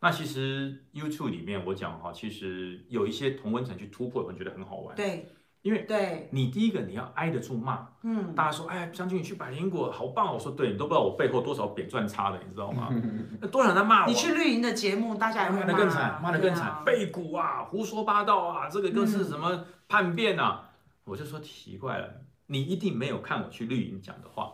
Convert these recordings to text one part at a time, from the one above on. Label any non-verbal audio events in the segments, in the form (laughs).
那其实 YouTube 里面我讲哈，其实有一些同温层去突破，我觉得很好玩。对因为对，你第一个你要挨得住骂，嗯，大家说哎，将军你去百灵果好棒哦！我说对，你都不知道我背后多少扁钻插的，你知道嗯吗？那多少人在骂我，嗯你去绿营的节目，大家也会骂得更惨，骂得更惨，对啊嗯背骨啊，胡说八道啊，这个更是什么叛变啊！我就说奇怪了，你一定没有看我去绿营讲的话，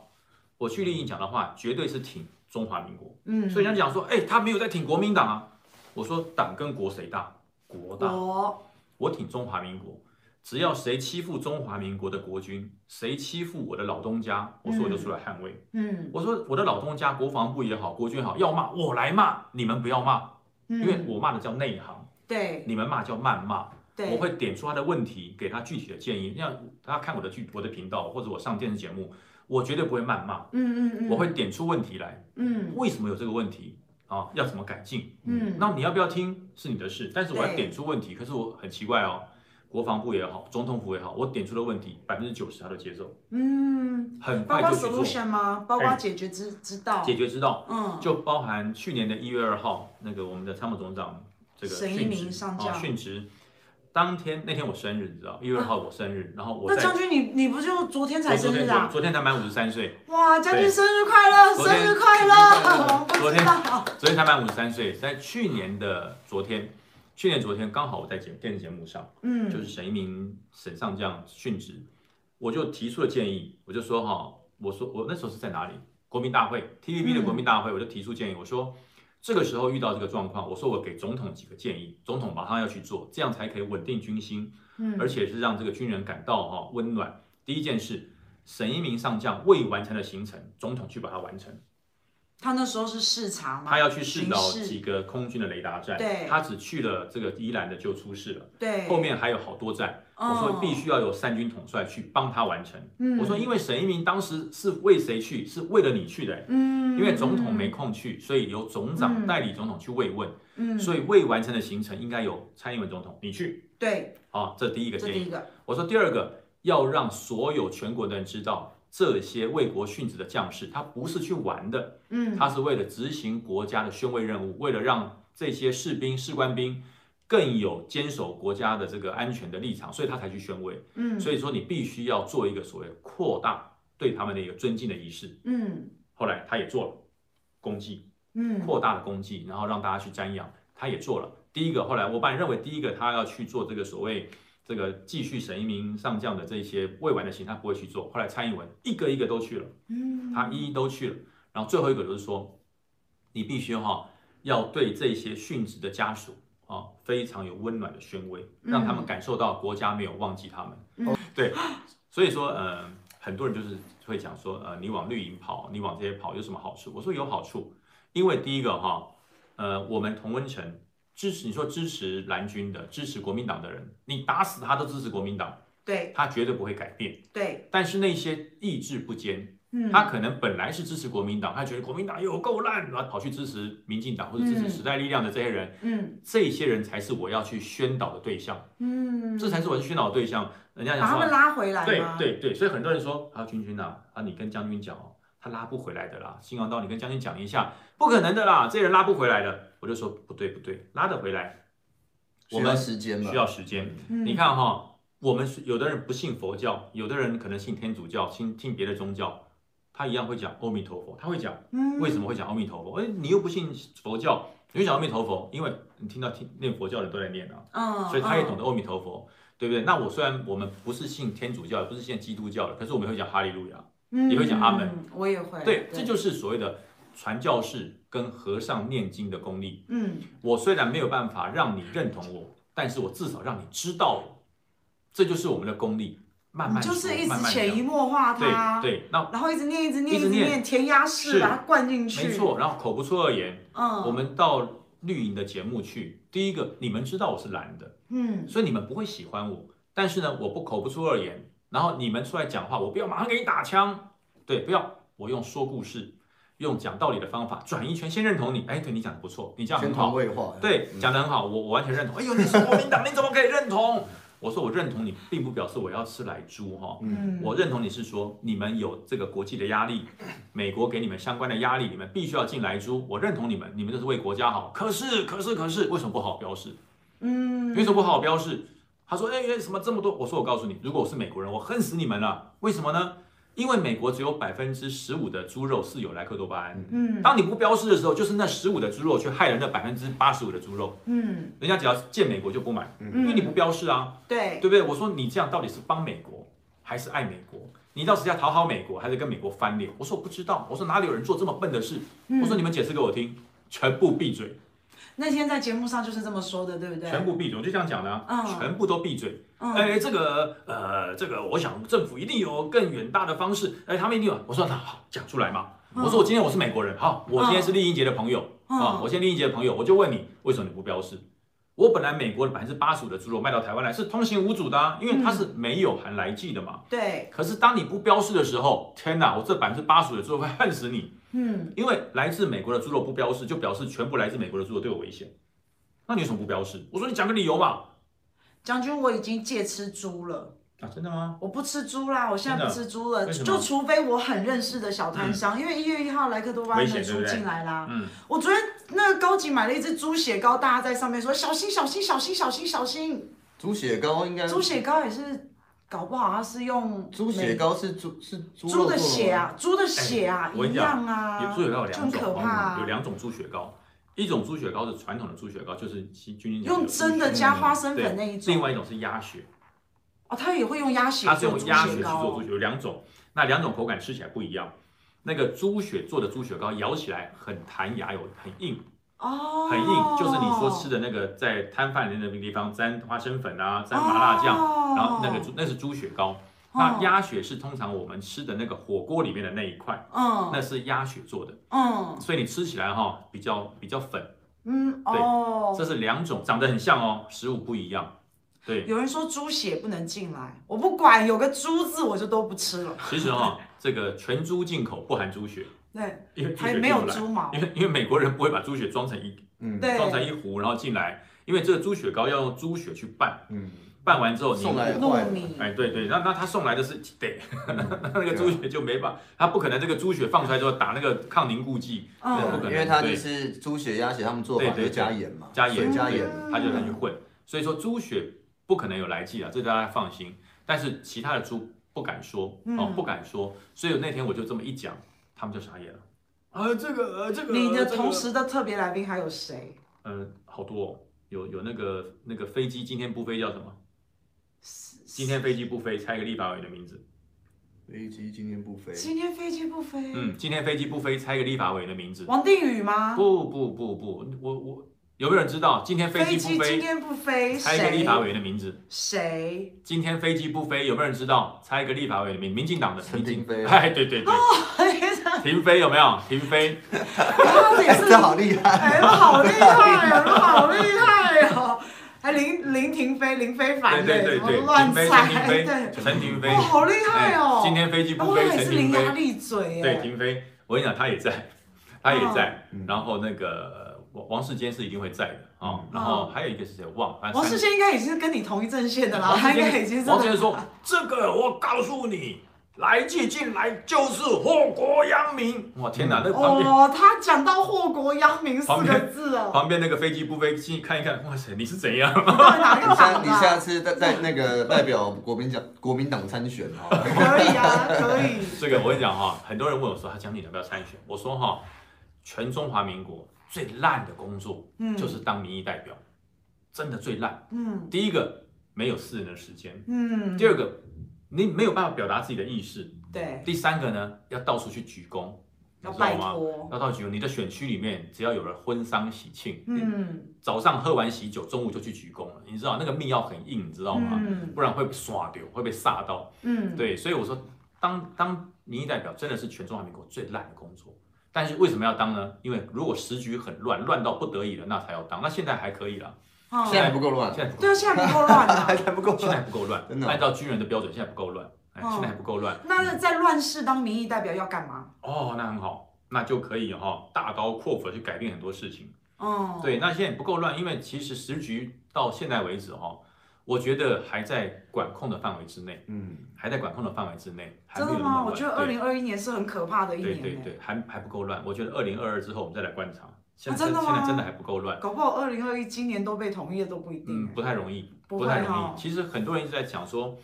我去绿营讲的话绝对是挺中华民国，嗯，所以人家讲说，哎、他没有在挺国民党啊，我说党跟国谁大？国大，我我挺中华民国，只要谁欺负中华民国的国军，谁欺负我的老东家，我说我就出来捍卫。嗯我说我的老东家，国防部也好，国军也好，要骂我来骂，你们不要骂，嗯，因为我骂的叫内行，对你们骂叫谩骂。对，我会点出他的问题，给他具体的建议，让他看我的剧、我的频道或者我上电视节目，我绝对不会谩骂，嗯嗯嗯，我会点出问题来，嗯为什么有这个问题啊？要怎么改进？嗯，那你要不要听是你的事，但是我要对点出问题。可是我很奇怪哦，国防部也好，总统府也好，我点出的问题百分之九十他都接受，嗯，很包快括就去做 solution 吗？包括哎解决之之道，解决之道，嗯，就包含去年的一月二号，那个我们的参谋总长这个沈一殉鸣职上啊将殉职。当天那天我生日，你知道，一月二号我生日，然后我那在将军你你不就昨天才我昨生日天啊我？昨天才满五十三岁，哇，将军对生日快乐，昨生天日 (laughs) 快乐！我不知道，昨天才满五十三岁，在去年的昨天，去年昨天刚好我在节电视节目上。嗯，就是沈一鸣沈上将殉职，我就提出了建议，我就说哈，我说我那时候是在哪里？国民大会 TVB 嗯的国民大会，我就提出建议，我说这个时候遇到这个状况，我说我给总统几个建议，总统马上要去做，这样才可以稳定军心，嗯而且是让这个军人感到哈温暖。第一件事，沈一鸣上将未完成的行程，总统去把它完成。他那时候是视察嘛，他要去试巡到视几个空军的雷达站，对他只去了这个宜兰的就出事了。对，后面还有好多站，哦我说必须要有三军统帅去帮他完成。嗯我说因为沈一鸣当时是为谁去，是为了你去的、嗯，因为总统没空去，所以由总长、嗯代理总统去慰问，嗯，所以以未完成的行程应该由蔡英文总统你去。对，啊，这第一个这建第议。一个，我说第二个，要让所有全国的人知道，这些为国殉职的将士，他不是去玩的，嗯，他是为了执行国家的宣慰任务，为了让这些士兵、士官兵更有坚守国家的这个安全的立场，所以他才去宣慰。嗯所以说，你必须要做一个所谓扩大对他们的一个尊敬的仪式。嗯后来他也做了功绩，嗯，扩大的功绩，然后让大家去瞻仰，他也做了。第一个，后来我把认为第一个他要去做这个所谓这个继续沈一鸣上将的这些未完的行，他不会去做。后来蔡英文一个一个都去了。嗯他一一都去了。然后最后一个就是说，你必须哈、要对这些殉职的家属啊非常有温暖的宣慰，让他们感受到国家没有忘记他们。嗯对，所以说呃，很多人就是会讲说呃，你往绿营跑，你往这些跑有什么好处？我说有好处，因为第一个哈、呃，我们同温层。支持你说支持蓝军的、支持国民党的人，你打死他都支持国民党，对他绝对不会改变。对，但是那些意志不坚、嗯，他可能本来是支持国民党，他觉得国民党有够烂，然后跑去支持民进党或者支持时代力量的这些人，嗯这些人才是我要去宣导的对象，嗯，这才是我去宣导的对象。人家把讲他们说，啊拉回来对嘛，对对，所以很多人说啊，君君呐，啊，你跟将军讲哦，他拉不回来的啦。新王道，你跟将军讲一下，不可能的啦，这些人拉不回来的。我就说不对不对，拉得回来，我需要们时间嘛，需要时间。嗯你看哈、我们是有的人不信佛教，有的人可能信天主教，信信别的宗教，他一样会讲阿弥陀佛，他会讲嗯为什么会讲阿弥陀佛？哎，你又不信佛教，你会讲阿弥陀佛，因为你听到听念佛教的人都在念啊，嗯，所以他也懂得，得阿弥陀佛，对不对？那我虽然我们不是信天主教，也不是信基督教的，可是我们会讲哈利路亚，嗯也会讲阿门，嗯我也会，对，这就是所谓的传教士跟和尚念经的功力。嗯我虽然没有办法让你认同我，但是我至少让你知道我，这就是我们的功力。慢慢你就是说一慢直慢潜移讲默化啊他，，对对，那然后一直念一直念一直念念，填鸭式是把它灌进去，没，错。然后口不出恶言，嗯，我们到绿营的节目去，第一个你们知道我是蓝的，嗯所以你们不会喜欢我。但是呢，我不口不出恶言，然后你们出来讲话，我不要马上给你打枪，对，不要，我用说故事，用讲道理的方法转移圈，先认同你，哎，对你讲的不错，你这样宣很传好，未化。嗯对，讲得很好，我我完全认同。哎呦，你是国民党，你怎么可以认同？我说我认同你，并不表示我要吃来猪哈、嗯，我认同你是说你们有这个国际的压力，美国给你们相关的压力，你们必须要进来猪。我认同你们，你们这是为国家好。可是，可是，可是，为什么不好好标示？嗯，为什么不好好标示？他说：“哎哎，什么这么多？”我说：“我告诉你，如果我是美国人，我恨死你们了。为什么呢？因为美国只有百分之十五的猪肉是有莱克多巴胺。嗯当你不标示的时候，就是那十五的猪肉去害了那百分之八十五的猪肉。嗯，人家只要见美国就不买，因为你不标示啊。对，对不对？我说你这样到底是帮美国还是爱美国？你到底是要讨好美国还是跟美国翻脸？我说我不知道，我说哪里有人做这么笨的事？嗯我说你们解释给我听，全部闭嘴，那天在节目上就是这么说的，对不对？全部闭嘴，我就这样讲的、啊，嗯全部都闭嘴。嗯哎，这个呃，这个我想政府一定有更远大的方式，哎，他们一定有。我说那好，讲出来嘛。嗯我说我今天我是美国人，好，我今天是丽英杰的朋友嗯啊，我现在丽英杰的朋友，我就问你，为什么你不标示？我本来美国的百分之八十五的猪肉卖到台湾来是通行无阻的、啊，因嗯为它是没有含来剂的嘛。对，可是当你不标示的时候，天哪，我这百分之八十的猪肉会恨死你，嗯因为来自美国的猪肉不标示，就表示全部来自美国的猪肉都有危险。那你为什么不标示？我说你讲个理由嘛。将军，我已经戒吃猪了，啊，真的吗？我不吃猪啦，我现在不吃猪了，真的为什么嗯就除非我很认识的小摊商，因为一月一号莱克多巴胺危的险对猪不对进来啦。嗯，我昨天那个高级买了一只猪血糕，大家在上面说小心小心小心小心小心，猪血糕应该猪血糕也是搞不好它是用猪血糕是猪是猪嗯肉猪的做吗血，啊，猪的血啊哎我跟一你讲样啊，有猪血糕有就两很种，哦可怕啊有两种猪血糕，一种猪血糕是传统的猪血糕，就是其君君讲用有猪血真的加花生对粉那一另种。外一种是鸭血，哦，它也会用鸭血它是做用猪鸭血血去糕做猪哦，血，有两种，那两种口感吃起来不一样。那个猪血做的猪血糕咬起来很弹牙，有很硬。哦，很硬，就是你说吃的那个在摊贩的那个地方沾花生粉啊，沾麻辣酱，哦然后那个猪那是猪血糕。那鸭血是通常我们吃的那个火锅里面的那一块，嗯那是鸭血做的，嗯所以你吃起来哈、比较比较粉。嗯对哦，这是两种，长得很像哦，食物不一样。对，有人说猪血不能进来，我不管，有个猪字我就都不吃了。其实 (laughs) 哈、这个全猪进口不含猪血，对，因为猪还血没进有不来猪毛，因为因为美国人不会把猪血装成一嗯对装成一壶然后进来，因为这个猪血糕要用猪血去拌，嗯，拌完之后你送来坏糯了米，哎，对对，那那他送来的是对，嗯 (laughs) 那个猪血就没办法，他不可能这个猪血放出来之后打那个抗凝固剂，对不嗯可能因为它就对是猪血鸭血他们做法对对就是加盐嘛，加盐水加对盐，嗯他就拿去混。所以说猪血不可能有来剂啊，这大家放心。但是其他的猪不敢说哦嗯，不敢说。所以那天我就这么一讲，他们就傻眼了。啊，这个呃这个你的这个同时的特别来宾还有谁？呃好多哦，有有那个那个飞机今天不飞叫什么？今天飞机不飞，猜一个立法委员的名字。飞机今天不飞，今天飞机不飞？嗯，今天飞机不飞，猜一个立法委员的名字。王定宇吗？不不不不，我我有没有人知道今天飞飞机机不今飞？天不飞，猜一个立法谁？委员的名字。谁？今天飞机不飞，有没有人知道？猜一个立法委员的名，民进党的陈民进亭妃啊 (laughs) 哎，对对 (laughs) 对，停飞有没有？停飞，他也哎，是 (laughs) 这，好厉害，哎，好厉害 (laughs) 哦，好厉害哦！还林林婷飞、林非凡对呢，对对什么 (laughs) 对，乱停飞陈猜，停对，飞，陈停飞哇，， (laughs) 好厉害哦！哎今天飞机哎不我以飞，为陈是停伶牙飞，俐嘴对，哎，停飞。我跟你讲，他也在， (laughs) 他也哦在嗯，然后那个呃王王世坚是一定会在的哦，然后还有一个是谁我忘了，反正王世三坚应该已经是跟你同一阵线的啦，王世他应坚该已经是王先生 (laughs) 说：“这个我告诉你，来记进来就是祸国殃民。”哇，天哪！那旁边、哦，他讲到祸国殃民四旁边个字哦，旁边那个飞机不飞机，看一看，哇塞，你是怎样？ (laughs) 到底哪你个下党你啊下？次代代那个代表国民党国民党参选好了，可以啊，可 (laughs) 以，这个我跟你讲哈、很多人问我说：“他讲你要不要参选？”我说、哈，全中华民国最烂的工作嗯，就是当民意代表，真的最烂。嗯第一个没有私人的时间，嗯，第二个你没有办法表达自己的意识，对，第三个呢要到处去鞠躬，要你知拜道吗？托，要到举，你的选区里面只要有人婚丧喜庆，嗯，早上喝完喜酒，中午就去鞠躬了，你知道那个命要很硬，你知道吗？嗯不然会被刷掉，会被煞到。嗯，对，所以我说，当当民意代表真的是全中华民国最烂的工作。但是为什么要当呢？因为如果时局很乱，乱到不得已了，那才要当。那现在还可以啦，哦现在还不够乱，现在不够对啊，现在不够乱还啊。 (laughs) 还不够现在乱，不够乱，真的哦按照军人的标准，现在不够乱，哎，哦现在还不够乱。那在乱世当民意代表要干嘛？哦，那很好，那就可以哈、大刀阔斧地去改变很多事情。哦，对，那现在也不够乱，因为其实时局到现在为止哈、哦，我觉得还在管控的范围之内，嗯，还在管控的范围之内，还真没的有那吗？么我乱。觉得二对零二一年是很可怕的一对年、欸，对对，还还不够乱。我觉得二零二二之后我们再来观察，现啊在、真的吗现在真的还不够乱，搞不好二零二一今年都被同意了都不一定、嗯，欸不太容易，不不太会容哦易。其实很多人一直在讲说，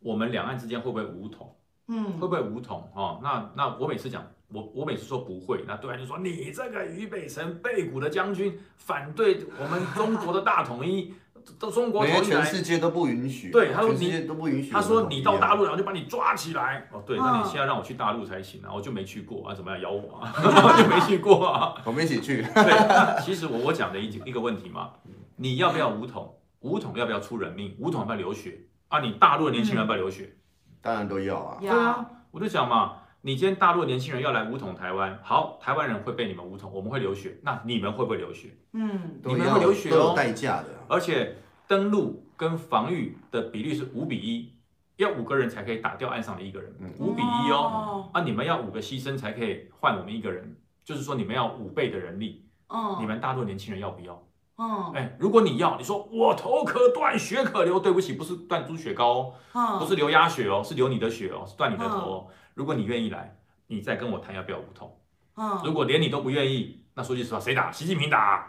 我们两岸之间会不会武统？嗯会不会武统？哦，那那我每次讲，我我每次说不会，那对岸就说你这个俞北辰背骨的将军，反对我们中国的大统一，都中国因统为一全来。世界都不允许，啊对他说全世你界都不允许他我们统一啊。说你到大陆来，我就把你抓起来。哦，对，那嗯你现在让我去大陆才行啊，我就没去过啊，怎么样咬我啊？ (laughs) 我就没去过啊。我们一起去。 (laughs) 对，那其实我我讲的一一个问题嘛，你要不要武统？武统要不要出人命？武统要不要流血啊？你大陆的年轻人要不要流血？当然都要啊，呀对啊，我就讲嘛，你今天大陆的年轻人要来武统台湾，好，台湾人会被你们武统，我们会流血，那你们会不会流血？嗯，都你们要会流血哦都有代价的。而且登陆跟防御的比率是五比一，要五个人才可以打掉岸上的一个人嗯，五比一哦。啊，你们要五个牺牲才可以换我们一个人，就是说你们要五倍的人力，哦，嗯，你们大陆的年轻人要不要？嗯哎，如果你要，你说我头可断，血可流，对不起，不是断猪血糕哦，嗯，不是流鸭血哦，是流你的血哦，是断你的头哦。如果你愿意来，你再跟我谈要不要无痛。如嗯，果连你都不愿意，那说句实话，谁打？习近平打啊，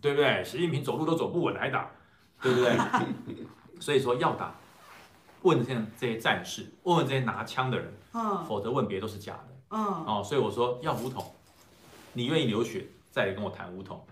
对不对？习近平走路都走不稳，还打，对 (laughs) 不对？所以说要打，问这这些战士，问问这些拿枪的人，嗯，否则问别都是假的嗯，哦。所以我说要武统，你愿意流血，再来跟我谈武统。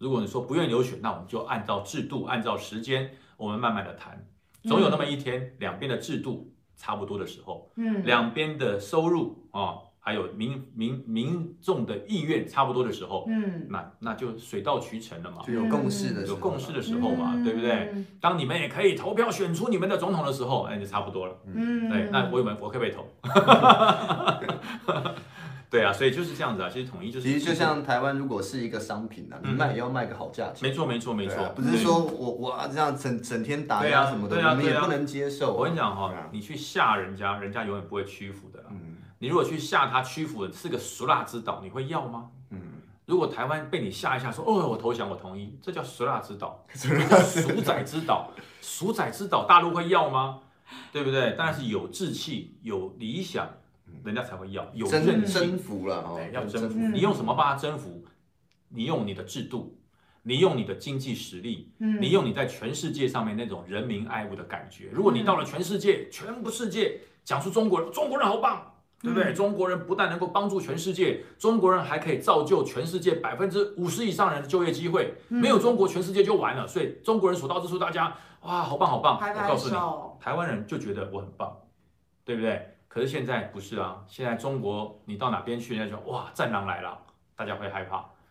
如果你说不愿意流血，那我们就按照制度，按照时间，我们慢慢的谈。总有那么一天，两边的制度差不多的时候，嗯，两边的收入啊、哦还有民民民众的意愿差不多的时候，嗯，那那就水到渠成了嘛就。有共识的时候有啊共识的时候嘛，对不对？嗯？当你们也可以投票选出你们的总统的时候，哎，就差不多了。嗯，对，哎那我有没有我可不可以投？对啊，所以就是这样子啊。其实统一就是，其实就像台湾，如果是一个商品啊，你嗯卖也要卖个好价钱。没错，没错，没对错啊，，不是对说我我啊这样整整天打对压啊什么的，对啊我们也对啊不能接受啊。我跟你讲哈、对啊你去吓人家，人家永远不会屈服的啦。嗯你如果去吓他屈服的是个俗辣之岛，你会要吗？嗯，如果台湾被你吓一吓说，哦，我投降，我同意，这叫俗辣之岛， (laughs) 这叫鼠仔之岛，鼠仔之岛，大陆会要吗？对不对？当然是有志气、有理想，嗯人家才会要，有征韧性，征服了哦对，，哎要征服。嗯你用什么把它征服？你用你的制度，你用你的经济实力，嗯，你用你在全世界上面那种人民爱物的感觉。如果你到了全世嗯界，全部世界讲述中国人，中国人好棒，嗯对不对？中国人不但能够帮助全世界，中国人还可以造就全世界百分之五十以上人的就业机会。嗯没有中国，全世界就完了。所以中国人所到之处，大家哇，好棒好棒！拍我拍告诉你，手，台湾人就觉得我很棒，对不对？可是现在不是啊，现在中国你到哪边去，人家就哇，战狼来了，大家会害怕。